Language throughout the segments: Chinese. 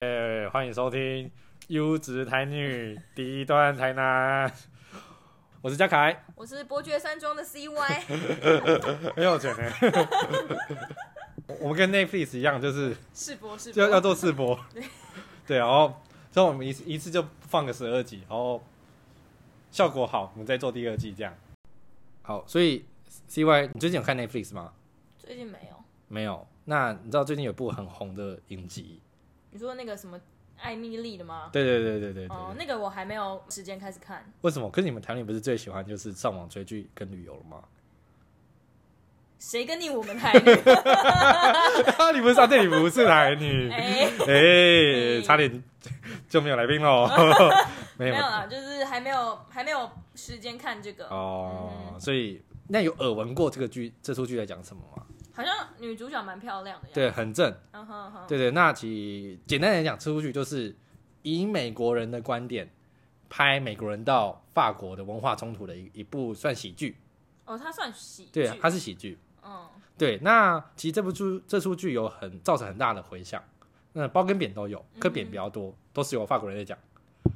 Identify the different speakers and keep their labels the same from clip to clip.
Speaker 1: 哎，欢迎收听《优质台女低端台男》， 我是嘉凯，
Speaker 2: 我是伯爵山庄的 CY，
Speaker 1: 很有钱哎。 我们跟 Netflix 一样，就是
Speaker 2: 世博世博，
Speaker 1: 要要做世 博，对，然后所以我们一次一次就放个十二集，然后效果好，我们再做第二季这样。好，所以 CY，你最近有看 Netflix 吗？
Speaker 2: 最近没有。
Speaker 1: 没有。那你知道最近有部很红的影集？
Speaker 2: 你说那个什么艾米丽的吗？
Speaker 1: 对对对对对对。
Speaker 2: 哦，那个我还没有时间开始看。
Speaker 1: 为什么？可是你们台女不是最喜欢就是上网追剧跟旅游了吗？
Speaker 2: 谁跟你我们 台女？
Speaker 1: 啊，你不是啊？对，你不是台 女。
Speaker 2: 哎，
Speaker 1: 哎、差点就没有来宾 喽。没
Speaker 2: 没
Speaker 1: 有
Speaker 2: 有啦，就是还没有还没有时间看这个。
Speaker 1: 哦，
Speaker 2: 嗯
Speaker 1: 所以那有耳闻过这个剧，这出剧在讲什么吗？
Speaker 2: 好像女主角蛮漂亮的。，
Speaker 1: 对，很正。
Speaker 2: 嗯哼哼，
Speaker 1: 对对，那其实简单来讲，这出剧就是以美国人的观点拍美国人到法国的文化冲突的一一部算喜剧。
Speaker 2: 哦，她算喜剧。
Speaker 1: 对，啊它是喜剧。
Speaker 2: 嗯，
Speaker 1: 对，那其实这部剧这出剧有很造成很大的回响，那褒跟贬都有，可贬比较多，都是由法国人在讲，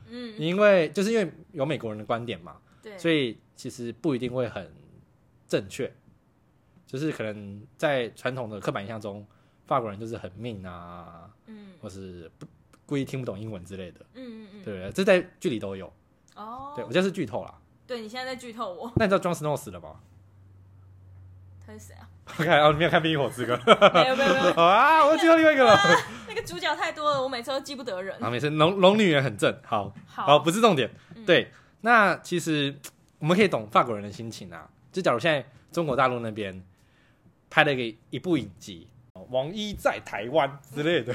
Speaker 2: 嗯，
Speaker 1: 因为就是因为有美国人的观点嘛，
Speaker 2: 对，
Speaker 1: 所以其实不一定会很正确，就是可能在传统的刻板印象中，法国人就是很命啊，
Speaker 2: 嗯
Speaker 1: 或是不故意听不懂英文之类的，
Speaker 2: 嗯嗯嗯，
Speaker 1: 对不对？这在剧里都有，
Speaker 2: 哦，
Speaker 1: 对我这是剧透啦。
Speaker 2: 对，你现在在剧透我，
Speaker 1: 那你知道 John Snow 死了吗？
Speaker 2: 他是谁啊？
Speaker 1: 看啊，你没有看《冰与火之歌》
Speaker 2: 没有没有没有，
Speaker 1: 啊？我记到另外一个了。
Speaker 2: 那个主角太多了，我每次都记不得人。
Speaker 1: 啊，没事，龙龙女也很正，好，好，
Speaker 2: 好，
Speaker 1: 不是重点。
Speaker 2: 嗯
Speaker 1: 对，那其实我们可以懂法国人的心情啊。就假如现在中国大陆那边拍了一个一部影集，哦王一在台湾之类的，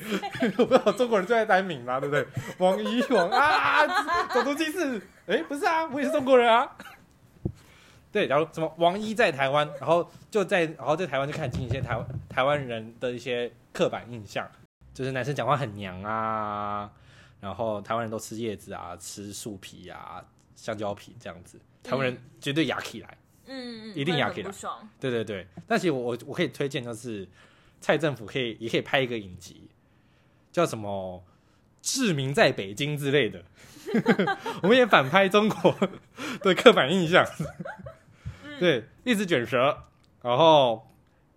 Speaker 1: 我不知道中国人最爱单名啦，对不对？王一王啊，种族歧视，哎、不是啊，我也是中国人啊。对，然后什么王一在台湾，然后就在然后在台湾就看清一些台湾台湾人的一些刻板印象，就是男生讲话很娘啊，然后台湾人都吃叶子啊，吃树皮啊、香蕉皮这样子，台湾人绝对牙起来。
Speaker 2: 嗯嗯，
Speaker 1: 一定
Speaker 2: 会
Speaker 1: 要
Speaker 2: 很
Speaker 1: 给的
Speaker 2: 不爽。
Speaker 1: 对对对，但其实我我我可以推荐，就是蔡政府可以也可以拍一个影集，叫什么“志明在北京”之类的， 我们也反拍中国的刻板印象，对，一直卷舌，然后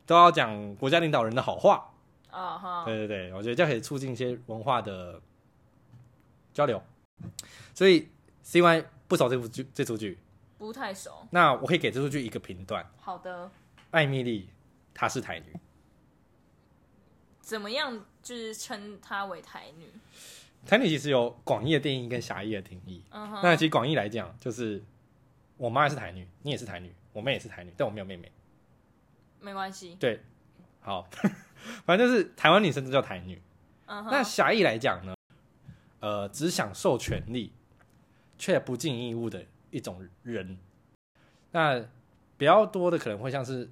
Speaker 1: 都要讲国家领导人的好话，
Speaker 2: 啊哈，
Speaker 1: 对对对，我觉得这样可以促进一些文化的交流，所以 C Y 不少这部剧这出剧，
Speaker 2: 不太熟。
Speaker 1: 那我可以给这出剧一个评断，
Speaker 2: 好的，
Speaker 1: 艾米丽她是台女。
Speaker 2: 怎么样就是称她为台女？
Speaker 1: 台女其实有广义的定义跟狭义的定义。
Speaker 2: 嗯哼，
Speaker 1: 那其实广义来讲，就是我妈也是台女，你也是台女，我妹也是台女，但我没有妹妹。
Speaker 2: 没关系。
Speaker 1: 对，好， 反正就是台湾女生都叫台女。
Speaker 2: 嗯
Speaker 1: 那
Speaker 2: 哼，
Speaker 1: 狭义来讲呢，呃，只享受权利却不尽义务的一种人。那比较多的可能会像是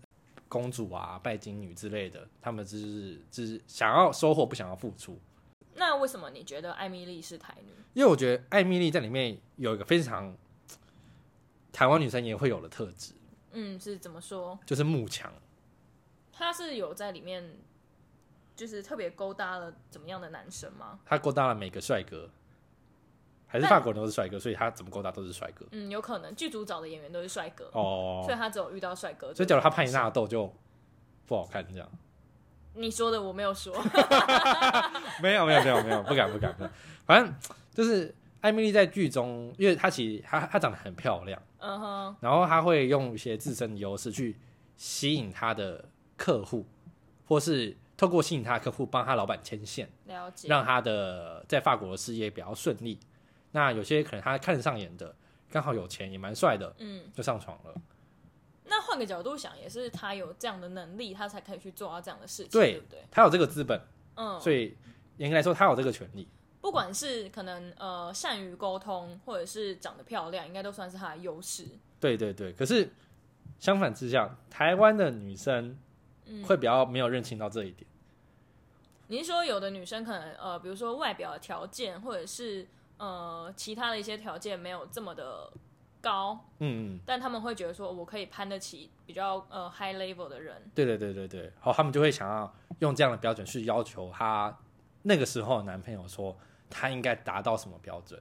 Speaker 1: 公主啊、拜金女之类的，她们就是就是想要收获，不想要付出。
Speaker 2: 那为什么你觉得艾米丽是台女？
Speaker 1: 因为我觉得艾米丽在里面有一个非常嘖台湾女生也会有的特质，
Speaker 2: 嗯，是怎么说？
Speaker 1: 就是慕强。
Speaker 2: 她是有在里面就是特别勾搭了怎么样的男生吗？
Speaker 1: 她勾搭了每个帅哥，还是
Speaker 2: 但
Speaker 1: 法国人都是帅哥，所以她怎么勾搭都是帅哥。
Speaker 2: 嗯，有可能剧组找的演员都是帅哥，
Speaker 1: 哦
Speaker 2: 所以，她只有遇到帅哥。
Speaker 1: 所以假如她拍你纳豆就不好看，这样
Speaker 2: 你说的我没有说。
Speaker 1: 没有没有没有没有，不敢不敢不敢。反正嘖就是艾米丽在剧中，因为她其实她她长得很漂亮，
Speaker 2: 嗯哼，
Speaker 1: 然后她会用一些自身的优势去吸引她的客户，或是透过吸引她的客户帮她老板牵线。
Speaker 2: 了解。
Speaker 1: 让他的在法国的事业比较顺利。那有些可能他看得上眼的，刚好有钱也蛮帅的，
Speaker 2: 嗯
Speaker 1: 就上床了。
Speaker 2: 换个角度想，也是他有这样的能力，他才可以去做到这样的事情，
Speaker 1: 对
Speaker 2: 对不对？
Speaker 1: 他有这个资本，
Speaker 2: 嗯，
Speaker 1: 所以严格来说，他有这个权利。
Speaker 2: 不管是可能呃善于沟通，或者是长得漂亮，应该都算是他的优势。
Speaker 1: 对对对，可是相反之下，台湾的女生
Speaker 2: 嗯，
Speaker 1: 会比较没有认清到这一点。
Speaker 2: 你是说有的女生可能呃，比如说外表的条件，或者是呃其他的一些条件没有这么的高，
Speaker 1: 嗯，嗯
Speaker 2: 但他们会觉得说我可以攀得起比较呃 high level 的人。
Speaker 1: 对对对对对，好，他们就会想要用这样的标准去要求她那个时候的男朋友说他应该达到什么标准。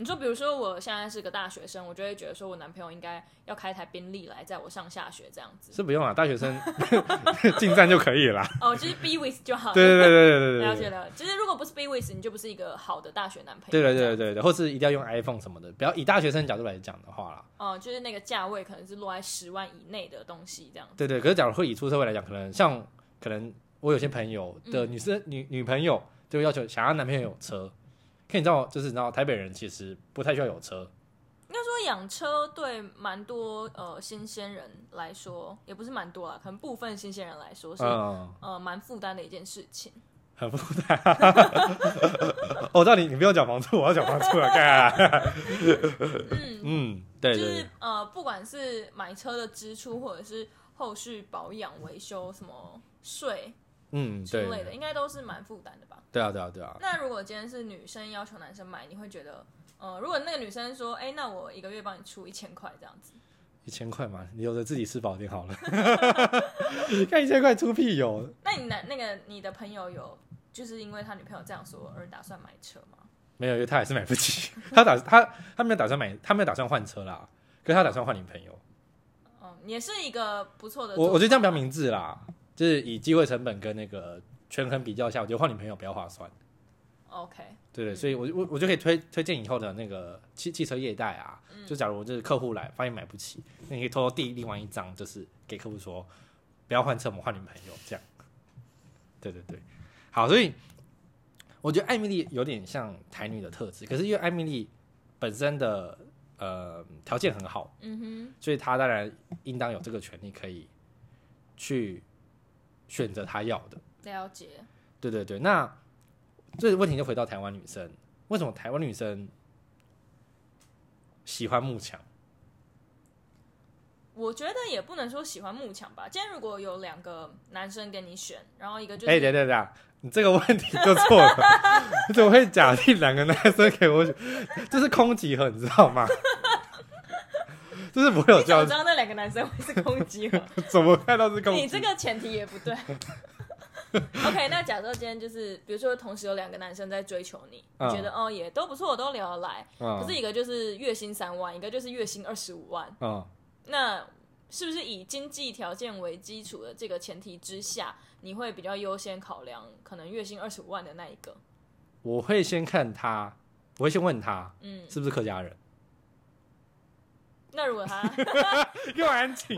Speaker 2: 你说，比如说我现在是个大学生，我就会觉得说我男朋友应该要开台宾利来载我上下学这样子。
Speaker 1: 是不用啊，大学生 进站就可以了啦。
Speaker 2: 哦，就是 be with 就好 了。
Speaker 1: 对对对对对
Speaker 2: 了
Speaker 1: 对
Speaker 2: 解
Speaker 1: 对。
Speaker 2: 了，就是如果不是 be with，你就不是一个好的大学男朋友。
Speaker 1: 对对对
Speaker 2: 对。
Speaker 1: 对对，或是一定要用 iPhone 什么的，不要以大学生角度来讲的话啦，
Speaker 2: 哦、就是那个价位可能是落在十万以内的东西这样。
Speaker 1: 对对。可是假如会以出社会来讲，可能像可能我有些朋友的
Speaker 2: 嗯
Speaker 1: 女生、女女朋友就要求想要男朋友有车，可你知道就是你知道台北人其实不太需要有车，
Speaker 2: 应该说养车对蛮多呃新鲜人来说，也不是蛮多啦，可能部分新鲜人来说是、
Speaker 1: 嗯，
Speaker 2: 呃蛮负担的一件事情。
Speaker 1: 很复杂。哦我知道你你不用讲房租，我要讲房 租了，啊干。嗯，对
Speaker 2: 就
Speaker 1: 对
Speaker 2: 是
Speaker 1: 对
Speaker 2: 呃，不管是买车的支出，或者是后续保养、维修什么税
Speaker 1: 嗯
Speaker 2: 之
Speaker 1: 对
Speaker 2: 类的，应该都是蛮负担的吧。
Speaker 1: 对啊对啊对啊，
Speaker 2: 那如果今天是女生要求男生买，你会觉得，呃，如果那个女生说，哎、那我一个月帮你出一千块这样子，
Speaker 1: 一千块嘛，留着自己吃饱点好了。 看一千块出屁油，
Speaker 2: 那你男那个你的朋友有就是因为他女朋友这样说而打算买车吗？
Speaker 1: 没有，因为他还是买不起。 他打他他没有打算买，他没有打算换车啦，可是他打算换女朋友。
Speaker 2: 嗯，也是一个不错的做
Speaker 1: 我
Speaker 2: 法。
Speaker 1: 我觉得这样比较明智啦，就是以机会成本跟那个权衡比较下，我觉得换女朋友比较划算。
Speaker 2: OK，
Speaker 1: 对对，
Speaker 2: 嗯
Speaker 1: 所以我我我就可以推推荐以后的那个汽汽车业贷啊，就假如就是客户来发现买不起，那你可以偷偷递另外一张，就是给客户说不要换车，我们换女朋友这样。对对对，好，所以我觉得艾米丽有点像台女的特质，可是因为艾米丽本身的呃条件很好，
Speaker 2: 嗯
Speaker 1: 所以她当然应当有这个权利可以去选择她要的。
Speaker 2: 哼，了解。
Speaker 1: 对对对，那这问题就回到台湾女生，为什么台湾女生喜欢慕强？
Speaker 2: 我觉得也不能说喜欢慕强吧。今天如果有两个男生给你选，然后一个就是、
Speaker 1: 哎、等等等，你这个问题就错了， 你怎么会假定两个男生给我选？这是空集合，你知道吗？就是不会有
Speaker 2: 你
Speaker 1: 这
Speaker 2: 怎么
Speaker 1: 样
Speaker 2: 知，道那两个男生会是攻击 我？
Speaker 1: 怎么看到是空集合？
Speaker 2: 你这个前提也不 对。OK，那假设今天就是，比如说同时有两个男生在追求你，你
Speaker 1: 嗯
Speaker 2: 觉得哦也都不错，都聊得来，
Speaker 1: 嗯
Speaker 2: 可是一个就是月薪三万，一个就是月薪二十五万，
Speaker 1: 嗯，
Speaker 2: 那是不是以经济条件为基础的这个前提之下，你会比较优先考量可能月薪二十五万的那一个？
Speaker 1: 我会先看他，我会先问他
Speaker 2: 嗯，
Speaker 1: 是不是客家人，
Speaker 2: 那如果 他，
Speaker 1: 又安静。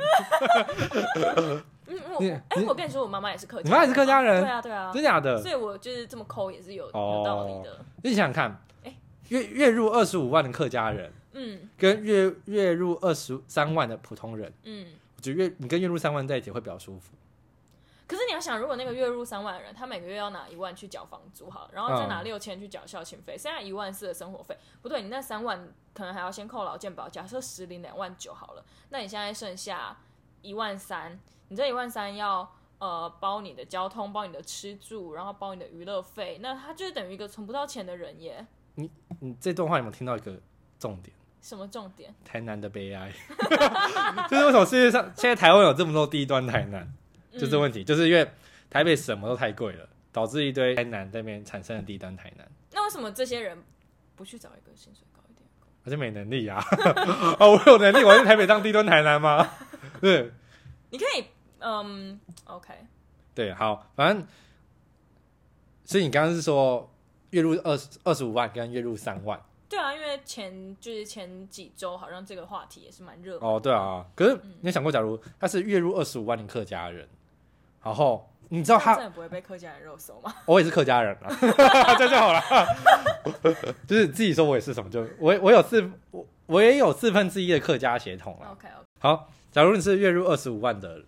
Speaker 2: 嗯，我
Speaker 1: 你
Speaker 2: 哎、
Speaker 1: 你
Speaker 2: 我跟你说，我妈妈也是客家人，
Speaker 1: 你妈也是客家人
Speaker 2: 对啊对啊，
Speaker 1: 真假的？
Speaker 2: 所以我就是这么抠也是有
Speaker 1: 哦
Speaker 2: 有道理的，
Speaker 1: 你想想看
Speaker 2: 哎，
Speaker 1: 月月入二十五万的客家人，
Speaker 2: 嗯
Speaker 1: 跟月月入二十三万的普通人，
Speaker 2: 嗯。
Speaker 1: 我觉得月你跟月入三万在一起会比较舒服。
Speaker 2: 可是你要想，如果那个月入三万的人，他每个月要拿一万去缴房租，好了，然后再拿
Speaker 1: 嗯
Speaker 2: 六千去缴校庆费，剩下一万四的生活费。不对，你那三万可能还要先扣劳健保，假设十领两万九好了，那你现在剩下一万三，你这一万三要呃包你的交通，包你的吃住，然后包你的娱乐费，那他就是等于一个存不到钱的人耶。
Speaker 1: 你这段话有没有听到一个重点？
Speaker 2: 什么重点？
Speaker 1: 台南的悲哀， 就是为什么世界上现在台湾有这么多低端台南，就这
Speaker 2: 嗯
Speaker 1: 问题，就是因为台北什么都太贵了，导致一堆台南那边产生了低端台南，
Speaker 2: 嗯那为什么这些人不去找一个薪水高一点的工作？
Speaker 1: 而且没能力啊！ 啊，我有能力，我在台北当低端台南吗？ 对
Speaker 2: 你可以，嗯，OK，
Speaker 1: 对，好，反正，所以你刚刚是说月入二十二十五万跟月入三万。
Speaker 2: 对啊，因为前就是前几周好像这个话题也是蛮热门。
Speaker 1: 哦，对啊，可是你有想过，假如他是月入二十五万的客家人，然后你知道
Speaker 2: 那
Speaker 1: 他
Speaker 2: 真，的不会被客家人肉搜吗？
Speaker 1: 我也是客家人啊， 这样就好了， 就是自己说我也是什么，就我我有四我我也有四分之一的客家血统了。
Speaker 2: 哦 OK OK，
Speaker 1: 好，假如你是月入二十五万的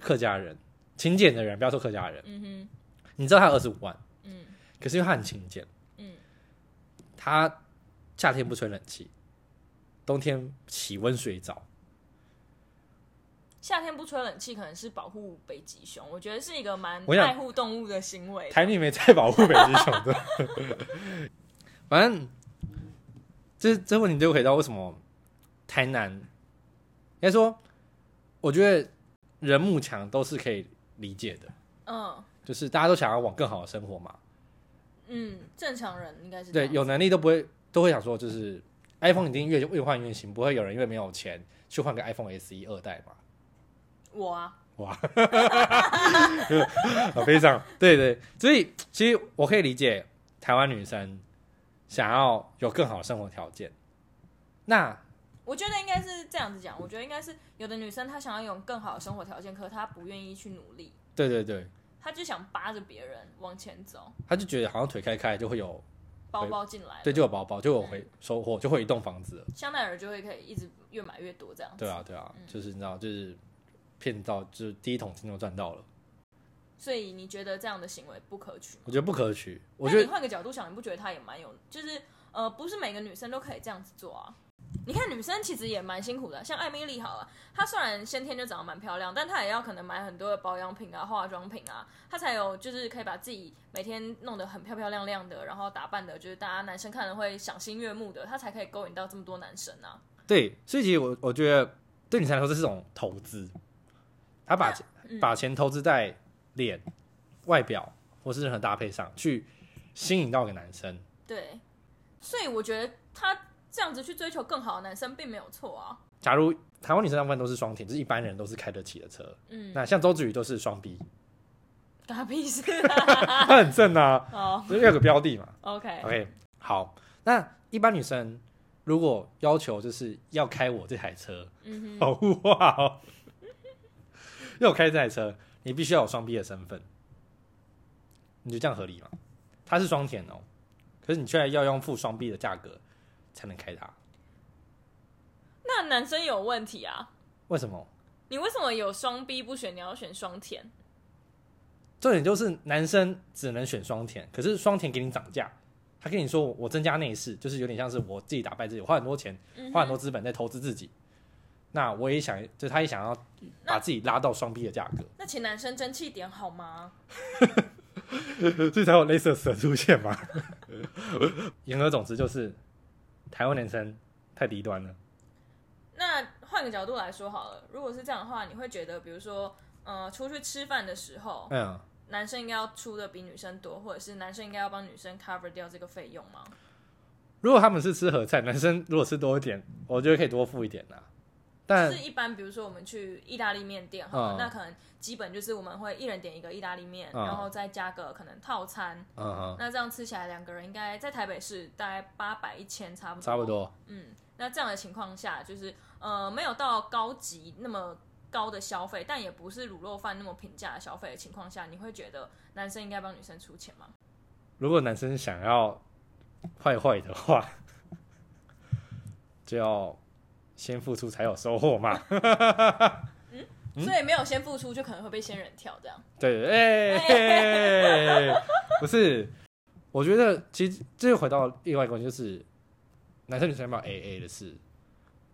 Speaker 1: 客家人，勤俭的人，不要说客家人，
Speaker 2: 嗯
Speaker 1: 你知道他二十五万，
Speaker 2: 哼，嗯
Speaker 1: 可是因为他很勤俭，
Speaker 2: 嗯，
Speaker 1: 他夏天不吹冷气，冬天洗温水澡，
Speaker 2: 夏天不吹冷气可能是保护北极熊，我觉得是一个蛮
Speaker 1: 我想
Speaker 2: 爱护动物的行为。
Speaker 1: 台女没在保护北极熊的。 反正这这问题就回到为什么台南，应该说，我觉得人慕强都是可以理解的，
Speaker 2: 嗯
Speaker 1: 就是大家都想要往更好的生活嘛。
Speaker 2: 嗯，正常人应该是这
Speaker 1: 对，
Speaker 2: 样
Speaker 1: 有能力都不会都会想说，就是 iPhone 已经越越换越新，不会有人因为没有钱去换个 iPhone SE 二代嘛。
Speaker 2: 我啊，
Speaker 1: 啊，非常对对，所以其实我可以理解台湾女生想要有更好的生活条件。那
Speaker 2: 我觉得应该是这样子讲。我觉得应该是有的女生她想要有更好的生活条件，可她不愿意去努力，
Speaker 1: 对对对，
Speaker 2: 她就想扒着别人往前走，
Speaker 1: 她就觉得好像腿开开就会有，
Speaker 2: 包包进来了。
Speaker 1: 对，就有包包，就有回收获，就会有一栋房子了。
Speaker 2: 香奈儿就会可以一直越买越多这样子。
Speaker 1: 对啊，对啊，
Speaker 2: 嗯
Speaker 1: 就是你知道，就是骗到，就是第一桶金就赚到了。
Speaker 2: 所以你觉得这样的行为不可取吗？
Speaker 1: 我觉得不可取，我
Speaker 2: 那
Speaker 1: 觉
Speaker 2: 你
Speaker 1: 得
Speaker 2: 换个角度想，你不觉得他也蛮有，就是呃，不是每个女生都可以这样子做啊。你看女生其实也蛮辛苦的啊，像艾米丽好了，她虽然先天就长得蛮漂亮，但她也要可能买很多的保养品啊、化妆品啊，她才有就是可以把自己每天弄得很漂漂亮亮的，然后打扮的，就是大家男生看了会赏心悦目的，她才可以勾引到这么多男生啊。
Speaker 1: 对，所以其实我我觉得对女生来说这是种投资，她把钱
Speaker 2: 嗯
Speaker 1: 把钱投资在脸、外表或是任何搭配上，去吸引到一个男生。
Speaker 2: 对，所以我觉得她这样子去追求更好的男生并没有错啊。
Speaker 1: 假如台湾女生大部分都是双停，就是一般人都是开得起的车。
Speaker 2: 嗯，
Speaker 1: 那像周子瑜都是双 B，
Speaker 2: 干屁事啊！
Speaker 1: 她很正啊，
Speaker 2: 哦
Speaker 1: 就是要有个标的嘛。
Speaker 2: ，OK，
Speaker 1: OK，好，那一般女生如果要求就是要开我这台车，
Speaker 2: 嗯哼。
Speaker 1: 好物化哦， 要我开这台车，你必须要有双 B 的身份，你就这样合理吗？它是双填哦，可是你却要用付双 B 的价格才能开它，
Speaker 2: 那男生有问题啊？
Speaker 1: 为什么？
Speaker 2: 你为什么有双 B 不选，你要选双填？
Speaker 1: 重点就是男生只能选双田，可是双田给你涨价，他跟你说我我增加内饰，就是有点像是我自己打败自己，我花很多钱，
Speaker 2: 嗯哼
Speaker 1: 花很多资本在投资自己。那我也想，就他也想要把自己拉到双 B 的价格，
Speaker 2: 那请男生争气点好吗？
Speaker 1: 所以才有类似的出现嘛。 言而总之就是，台湾男生太低端了。
Speaker 2: 那换个角度来说好了，如果是这样的话，你会觉得，比如说，呃，出去吃饭的时候，
Speaker 1: 嗯，
Speaker 2: 男生应该要出的比女生多，或者是男生应该要帮女生 cover 掉这个费用吗？
Speaker 1: 如果他们是吃合菜，男生如果吃多一点，我觉得可以多付一点啦。但
Speaker 2: 就是一般，比如说我们去意大利面店好了，
Speaker 1: 嗯
Speaker 2: 那可能基本就是我们会一人点一个意大利面，
Speaker 1: 嗯
Speaker 2: 然后再加个可能套餐，
Speaker 1: 嗯，
Speaker 2: 那这样吃起来两个人应该在台北市大概八百一千差不多，
Speaker 1: 差不多。
Speaker 2: 嗯，那这样的情况下，就是呃，没有到高级那么高的消费，但也不是卤肉饭那么平价的消费的情况下，你会觉得男生应该帮女生出钱吗？
Speaker 1: 如果男生想要坏坏的话，就要先付出才有收获嘛。
Speaker 2: 所以没有先付出，就可能会被仙人跳这样。
Speaker 1: 对，哎、嘿不是，我觉得其实这又回到另外一个问题，就是男生女生要不要 A A 的事。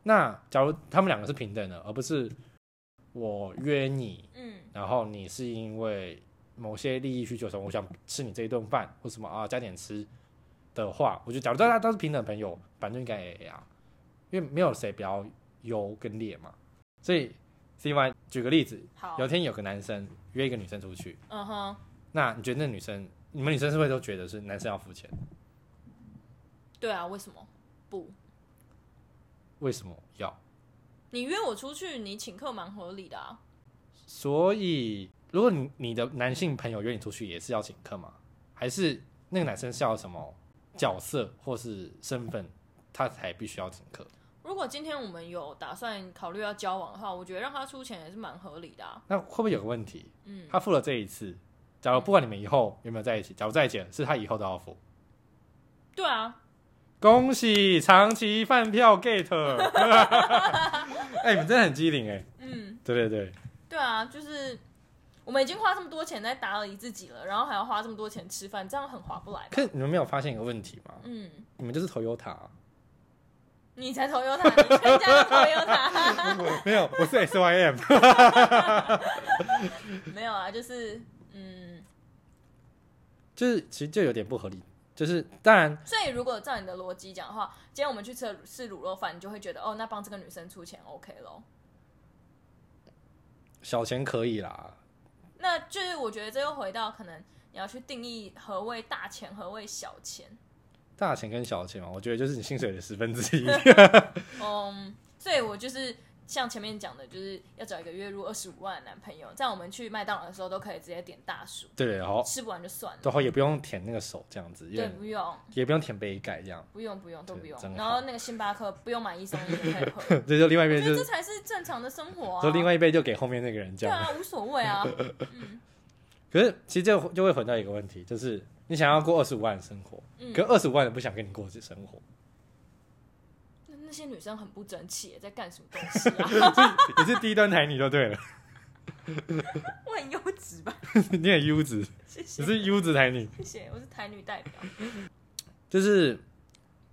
Speaker 1: 那假如他们两个是平等的，而不是我约你，
Speaker 2: 嗯
Speaker 1: 然后你是因为某些利益需求，什么我想吃你这一顿饭或什么啊加点吃的话，我觉得假如大家都是平等朋友，反正应该 AA 啊，因为没有谁比较优跟劣嘛。所以 C Y 举个例子，
Speaker 2: 好
Speaker 1: 有，天有个男生约一个女生出去，
Speaker 2: 嗯哼，
Speaker 1: 那你觉得那女生，你们女生是不是都觉得是男生要付钱？
Speaker 2: 对啊，为什么不？
Speaker 1: 为什么要？
Speaker 2: 你约我出去，你请客蛮合理的啊。
Speaker 1: 所以如果你你的男性朋友约你出去也是要请客吗？还是那个男生是要什么角色或是身份，他才必须要请客？
Speaker 2: 如果今天我们有打算考虑要交往的话，我觉得让他出钱也是蛮合理的啊。
Speaker 1: 那会不会有个问题？
Speaker 2: 嗯，
Speaker 1: 他付了这一次，假如不管你们以后有没有在一起，假如在一起了，是他以后都要付。
Speaker 2: 对啊，
Speaker 1: 恭 喜长期饭票 get！哎、你们真的很机灵哎。嗯。对对对，
Speaker 2: 对啊，就是我们已经花这么多钱在打理自己了，然后还要花这么多钱吃饭，这样很划不来吧
Speaker 1: 可？是你们没有发现一个问题吗？
Speaker 2: 嗯，
Speaker 1: 你们就是 Toyota，、啊、
Speaker 2: 你才投优塔，你全家都投 优塔，
Speaker 1: 没有，我是 SYM，
Speaker 2: 没有啊，就是嗯，
Speaker 1: 就是其实就有点不合理。就是当然，
Speaker 2: 所以如果照你的逻辑讲的话，今天我们去吃的是卤肉饭，你就会觉得哦，那帮这个女生出钱 OK 咯。
Speaker 1: 小钱可以啦，
Speaker 2: 那就是我觉得这又回到可能你要去定义何谓大钱，何谓小钱。
Speaker 1: 大钱跟小钱嘛，我觉得就是你薪水的十分之 一。
Speaker 2: 嗯，所以我就是像前面讲的，就是要找一个月入二十五万的男朋友，这样我们去麦当劳的时候都可以直接点大薯，
Speaker 1: 对对，然后
Speaker 2: 吃不完就算了。
Speaker 1: 然后也不用舔那个手这样子，
Speaker 2: 对，
Speaker 1: 也
Speaker 2: 不用，
Speaker 1: 也不用舔杯盖这样，
Speaker 2: 不用，不用，都不用
Speaker 1: 对真。好
Speaker 2: 然后那个星巴克不用买一送一也可以喝，
Speaker 1: 这就另外一
Speaker 2: 我
Speaker 1: 边
Speaker 2: 觉
Speaker 1: 就
Speaker 2: 得
Speaker 1: 是
Speaker 2: 这，才是正常的生活啊。
Speaker 1: 就另外一边就给后面那个人这
Speaker 2: 对
Speaker 1: 样。
Speaker 2: 啊，无所谓啊。
Speaker 1: 可是其实就就会回到一个问题，就是你想要过二十五万的生活，
Speaker 2: 嗯
Speaker 1: 可二十五万的不想跟你过这生活，
Speaker 2: 那那些女生很不争气耶，在干什么东西啊？
Speaker 1: 你是低端台女就对了，
Speaker 2: 我很优质吧？
Speaker 1: 你很优质，
Speaker 2: 谢谢
Speaker 1: 你，是优质台女，
Speaker 2: 谢谢，我是台女代表。
Speaker 1: 就是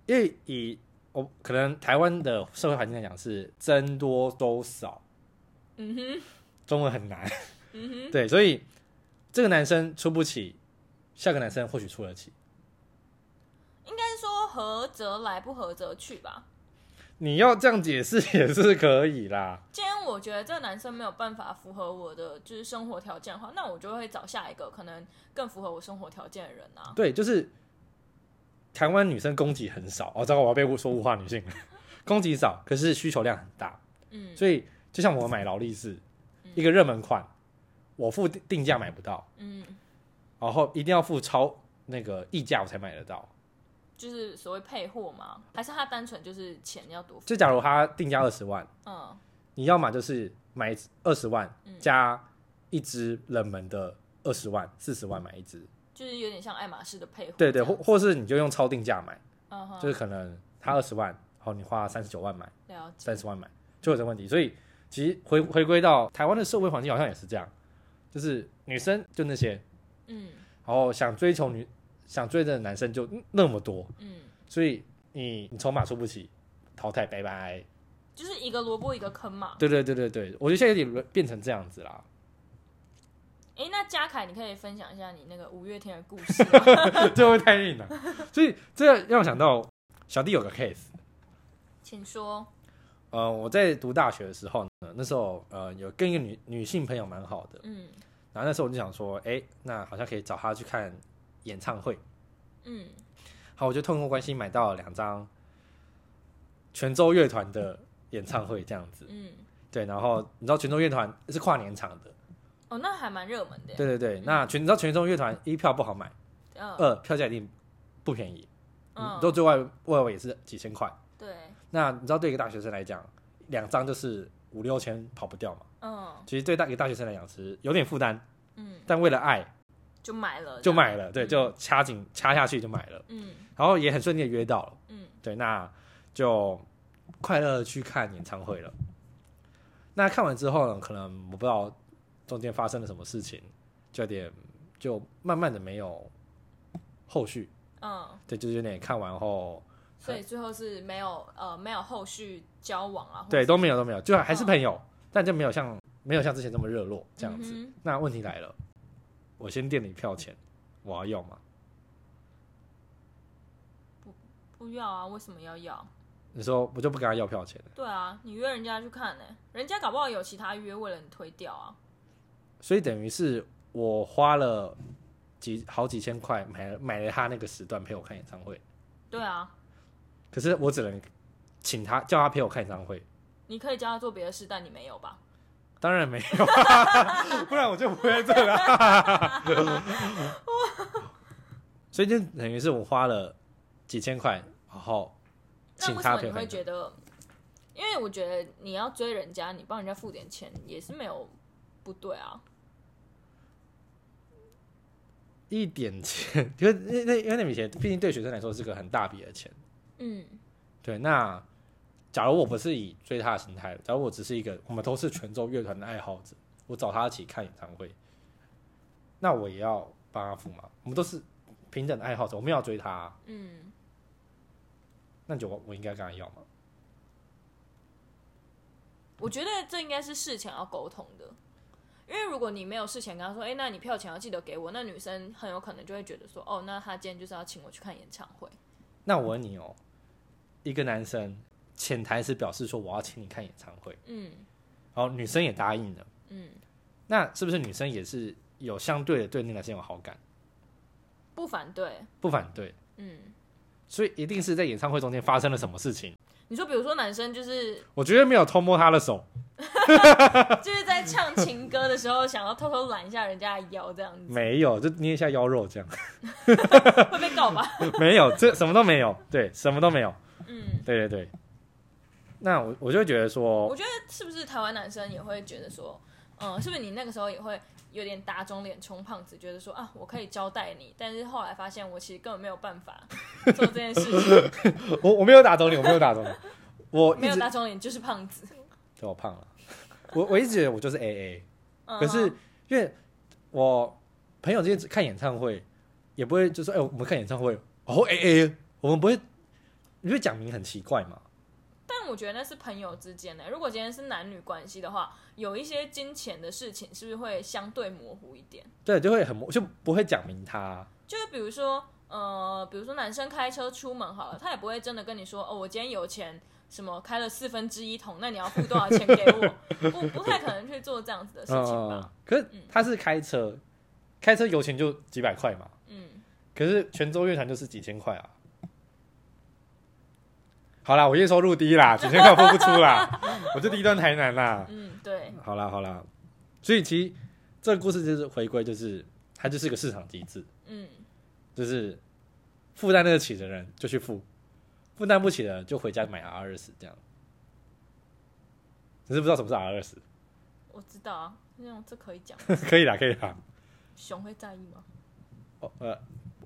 Speaker 1: 因为以我可能台湾的社会环境来讲是僧多粥少，
Speaker 2: 嗯哼，
Speaker 1: 中文很难，
Speaker 2: 嗯哼，
Speaker 1: 对，所以这个男生出不起，下个男生或许出得起。
Speaker 2: 应该说合则来，不合则去吧。
Speaker 1: 你要这样解释也是可以啦，
Speaker 2: 今天我觉得这个男生没有办法符合我的就是生活条件的话，那我就会找下一个可能更符合我生活条件的人啊。
Speaker 1: 对，就是台湾女生供给很少，哦，糟糕，我要被说物化女性了， 供给少，可是需求量很大，
Speaker 2: 嗯
Speaker 1: 所以就像我买劳力士
Speaker 2: 嗯
Speaker 1: 一个热门款，我付定定价买不到，
Speaker 2: 嗯，
Speaker 1: 然后一定要付超那个溢价我才买得到。
Speaker 2: 就是所谓配货嘛，还是他单纯就是钱要多付？
Speaker 1: 就假如他定价二十万，
Speaker 2: 嗯
Speaker 1: 你要么就是买二十万
Speaker 2: 嗯
Speaker 1: 加一只冷门的二十万、四十万买一只，
Speaker 2: 就是有点像爱马仕的配货这
Speaker 1: 对
Speaker 2: 样。
Speaker 1: 对，或或是你就用超定价买，
Speaker 2: 嗯哼，
Speaker 1: 就是可能他二十万，然后你花三十九万买。
Speaker 2: 了解。
Speaker 1: 三十万买，就有这个问题。所以其实回回归到台湾的社会环境，好像也是这样，就是女生就那些，
Speaker 2: 嗯
Speaker 1: 然后想追求女想追的男生就那么多，
Speaker 2: 嗯，
Speaker 1: 所以你你筹码出不起，淘汰拜拜。
Speaker 2: 就是一个萝卜一个坑嘛。
Speaker 1: 对对对对对，我觉得现在有点沦变成这样子啦，
Speaker 2: 诶，那嘉凯，你可以分享一下你那个五月天的故 事吗。
Speaker 1: 这会太硬了。 所以这让我想到小弟有个 case。
Speaker 2: 请说。
Speaker 1: 呃，我在读大学的时候呢，那时候呃有跟一个女女性朋友蛮好的，
Speaker 2: 嗯
Speaker 1: 然后那时候我就想说，哎、那好像可以找她去看演唱会。
Speaker 2: 嗯
Speaker 1: 好，我就通过关系买到了两张泉州乐团的演唱会，这样子。
Speaker 2: 嗯，
Speaker 1: 对，然后你知道泉州乐团是跨年场的，
Speaker 2: 哦，那还蛮热门的耶。
Speaker 1: 对对对。那泉你知道泉州乐团一票不好买，
Speaker 2: 嗯
Speaker 1: 二票价一定不便宜，
Speaker 2: 嗯，
Speaker 1: 呃你都最外外围也是几千块。
Speaker 2: 对，
Speaker 1: 那你知道对一个大学生来讲，两张就是五六千跑不掉嘛。
Speaker 2: 嗯
Speaker 1: 其实对大一个大学生来讲是有点负担，
Speaker 2: 嗯，
Speaker 1: 但为了爱
Speaker 2: 就买了，
Speaker 1: 就。买了，对，
Speaker 2: 嗯
Speaker 1: 就掐紧掐下去就买了，
Speaker 2: 嗯
Speaker 1: 然后也很顺利的约到了。
Speaker 2: 嗯
Speaker 1: 对，那就快乐地去看演唱会了。那看完之后呢，可能我不知道中间发生了什么事情，就有点就慢慢的没有后续，
Speaker 2: 嗯，
Speaker 1: 对，就是有点看完后，
Speaker 2: 所以最后是没有呃没有后续交往啊，或
Speaker 1: 对，
Speaker 2: 者
Speaker 1: 都没有都没有，就还是朋友，但就没有像没有像之前这么热络这样子。
Speaker 2: 嗯哼
Speaker 1: 那问题来了，我先垫你票钱，我要要吗？
Speaker 2: 不要啊，为什么要要？
Speaker 1: 你说我就不跟他要票钱了，
Speaker 2: 对啊，你约人家去看呢、人家搞不好有其他约，为了你推掉啊。
Speaker 1: 所以等于是我花了几好几千块买了买了他那个时段陪我看演唱会。
Speaker 2: 对啊，
Speaker 1: 可是我只能请他叫他陪我看演唱会，
Speaker 2: 你可以叫他做别的事，但你没有吧？
Speaker 1: 当然没有， 不然我就不会在这了。 所以就等于是我花了几千块，然后
Speaker 2: 那
Speaker 1: 请
Speaker 2: 为什
Speaker 1: 他陪
Speaker 2: 么你
Speaker 1: 我看
Speaker 2: 会
Speaker 1: 演唱会。
Speaker 2: 觉得？因为我觉得你要追人家，你帮人家付点钱也是没有不对啊。
Speaker 1: 一点钱， 因为那那因为那笔钱，毕竟对学生来说是个很大笔的钱。
Speaker 2: 嗯
Speaker 1: 对，那假如我不是以追他的心态，假如我只是一个我们都是泉州乐团的爱好者，我找他一起看演唱会，那我也要帮他付嘛。我们都是平等的爱好者，我们要追他啊、
Speaker 2: 嗯，
Speaker 1: 那就我我应该跟他要嘛。
Speaker 2: 我觉得这应该是事前要沟通的，因为如果你没有事前跟他说，哎、那你票钱要记得给我，那女生很有可能就会觉得说，哦，那她今天就是要请我去看演唱会。
Speaker 1: 那我问你哦，一个男生潜台词表示说我要请你看演唱会，
Speaker 2: 嗯
Speaker 1: 然后女生也答应了，
Speaker 2: 嗯，
Speaker 1: 那是不是女生也是有相对的对那男生有好感，
Speaker 2: 不反对。
Speaker 1: 不反对？
Speaker 2: 嗯，
Speaker 1: 所以一定是在演唱会中间发生了什么事情。
Speaker 2: 你说比如说男生就是
Speaker 1: 我绝对没有偷摸他的手，
Speaker 2: 就是在唱情歌的时候，想要偷偷揽一下人家的腰，这样子
Speaker 1: 没有，就捏一下腰肉这样，
Speaker 2: 会被告吧？
Speaker 1: 没有，这什么都没有，对，什么都没有，
Speaker 2: 嗯，
Speaker 1: 对对对。那我我就会觉得说
Speaker 2: 我，觉得是不是台湾男生也会觉得说，嗯，是不是你那个时候也会有点打肿脸充胖子，觉得说啊，我可以交代你，但是后来发现我其实根本没有办 法做这件事情，
Speaker 1: 我我没有打肿你，我没有打肿你，我
Speaker 2: 没
Speaker 1: 一
Speaker 2: 有
Speaker 1: 直
Speaker 2: 打肿脸就是胖子。
Speaker 1: 对我胖了，我我一直觉得我就是 A A，
Speaker 2: 嗯、
Speaker 1: 可是因为我朋友之间看演唱会，也不会就说哎、我们看演唱会哦 A A，我们不会，你会讲明很奇怪嘛？
Speaker 2: 但我觉得那是朋友之间的、如果今天是男女关系的话，有一些金钱的事情是不是会相对模糊一点？
Speaker 1: 对，就会很模就不会讲明他、
Speaker 2: 就是比如说，呃，比如说男生开车出门好了，他也不会真的跟你说，哦，我今天有钱，什么开了四分之一桶，那你要付多少钱给我？不，不太可能去做这样子的事情
Speaker 1: 嗯，
Speaker 2: 吧？
Speaker 1: 可是
Speaker 2: 嗯
Speaker 1: 他是开车，开车油钱就几百块嘛，
Speaker 2: 嗯，
Speaker 1: 可是泉州乐团就是几千块啊。好啦，我月收入低 啦，几千块付不出啦，我就低端台南啦。
Speaker 2: 嗯，对，
Speaker 1: 好啦好啦，所以其实这个故事就是回归，就是它就是个市场机制，
Speaker 2: 嗯，
Speaker 1: 就是负担得起的人就去付，负担不起的人就回家买 R 二十这样。只是不知道什么是 R 二十，
Speaker 2: 我知道啊，那种这可以讲吗，
Speaker 1: 可以啦可以啦。
Speaker 2: 熊会在意吗？
Speaker 1: 哦呃，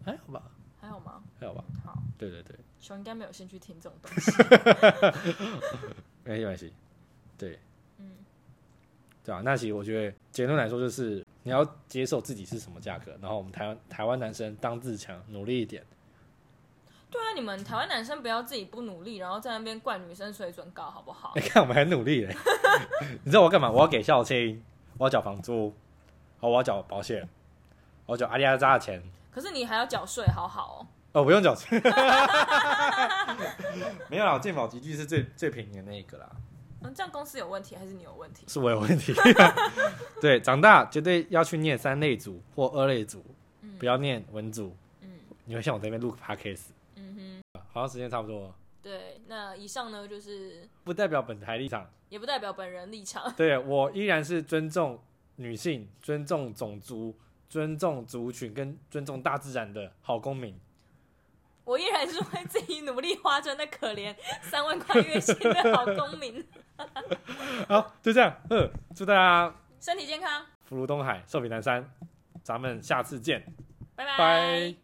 Speaker 1: 还好吧
Speaker 2: 还好吗？
Speaker 1: 还好吧，
Speaker 2: 好，
Speaker 1: 对对对。
Speaker 2: 熊应该没有兴趣听这种东西。
Speaker 1: 没关系，没关系，对，
Speaker 2: 嗯，
Speaker 1: 对啊。那其实我觉得结论来说，就是你要接受自己是什么价格，然后我们台湾台湾男生当自强，努力一点。
Speaker 2: 对啊，你们台湾男生不要自己不努力，然后在那边怪女生水准高，好不好
Speaker 1: 你、？哎看我们很努力嘞， 你知道我要干嘛？我要给校庆，我要缴房租，好，我要缴保险，我要缴阿里阿扎的钱。
Speaker 2: 可是你还要缴税，好好哦。
Speaker 1: 哦，不用缴钱， 没有啦，我健保集聚是最最便宜的那一个啦，
Speaker 2: 嗯，这样公司有问题还是你有问题？
Speaker 1: 是我有问题。 对，长大绝对要去念三类组或二类组，
Speaker 2: 嗯
Speaker 1: 不要念文组。
Speaker 2: 嗯
Speaker 1: 你会像我这边录个 podcast，
Speaker 2: 嗯哼。
Speaker 1: 好像时间差不多了，
Speaker 2: 对，那以上呢，就是
Speaker 1: 不代表本台立场。
Speaker 2: 也不代表本人立场。
Speaker 1: 对我依然是尊重女性、尊重种族、尊重族群跟尊重大自然的好公民。
Speaker 2: 我依然是会自己努力花着那可怜三万块月薪的好公民，
Speaker 1: 好，就这样，嗯，祝大家
Speaker 2: 身体健康，
Speaker 1: 福如东海，寿比南山，咱们下次见，
Speaker 2: 拜
Speaker 1: 拜。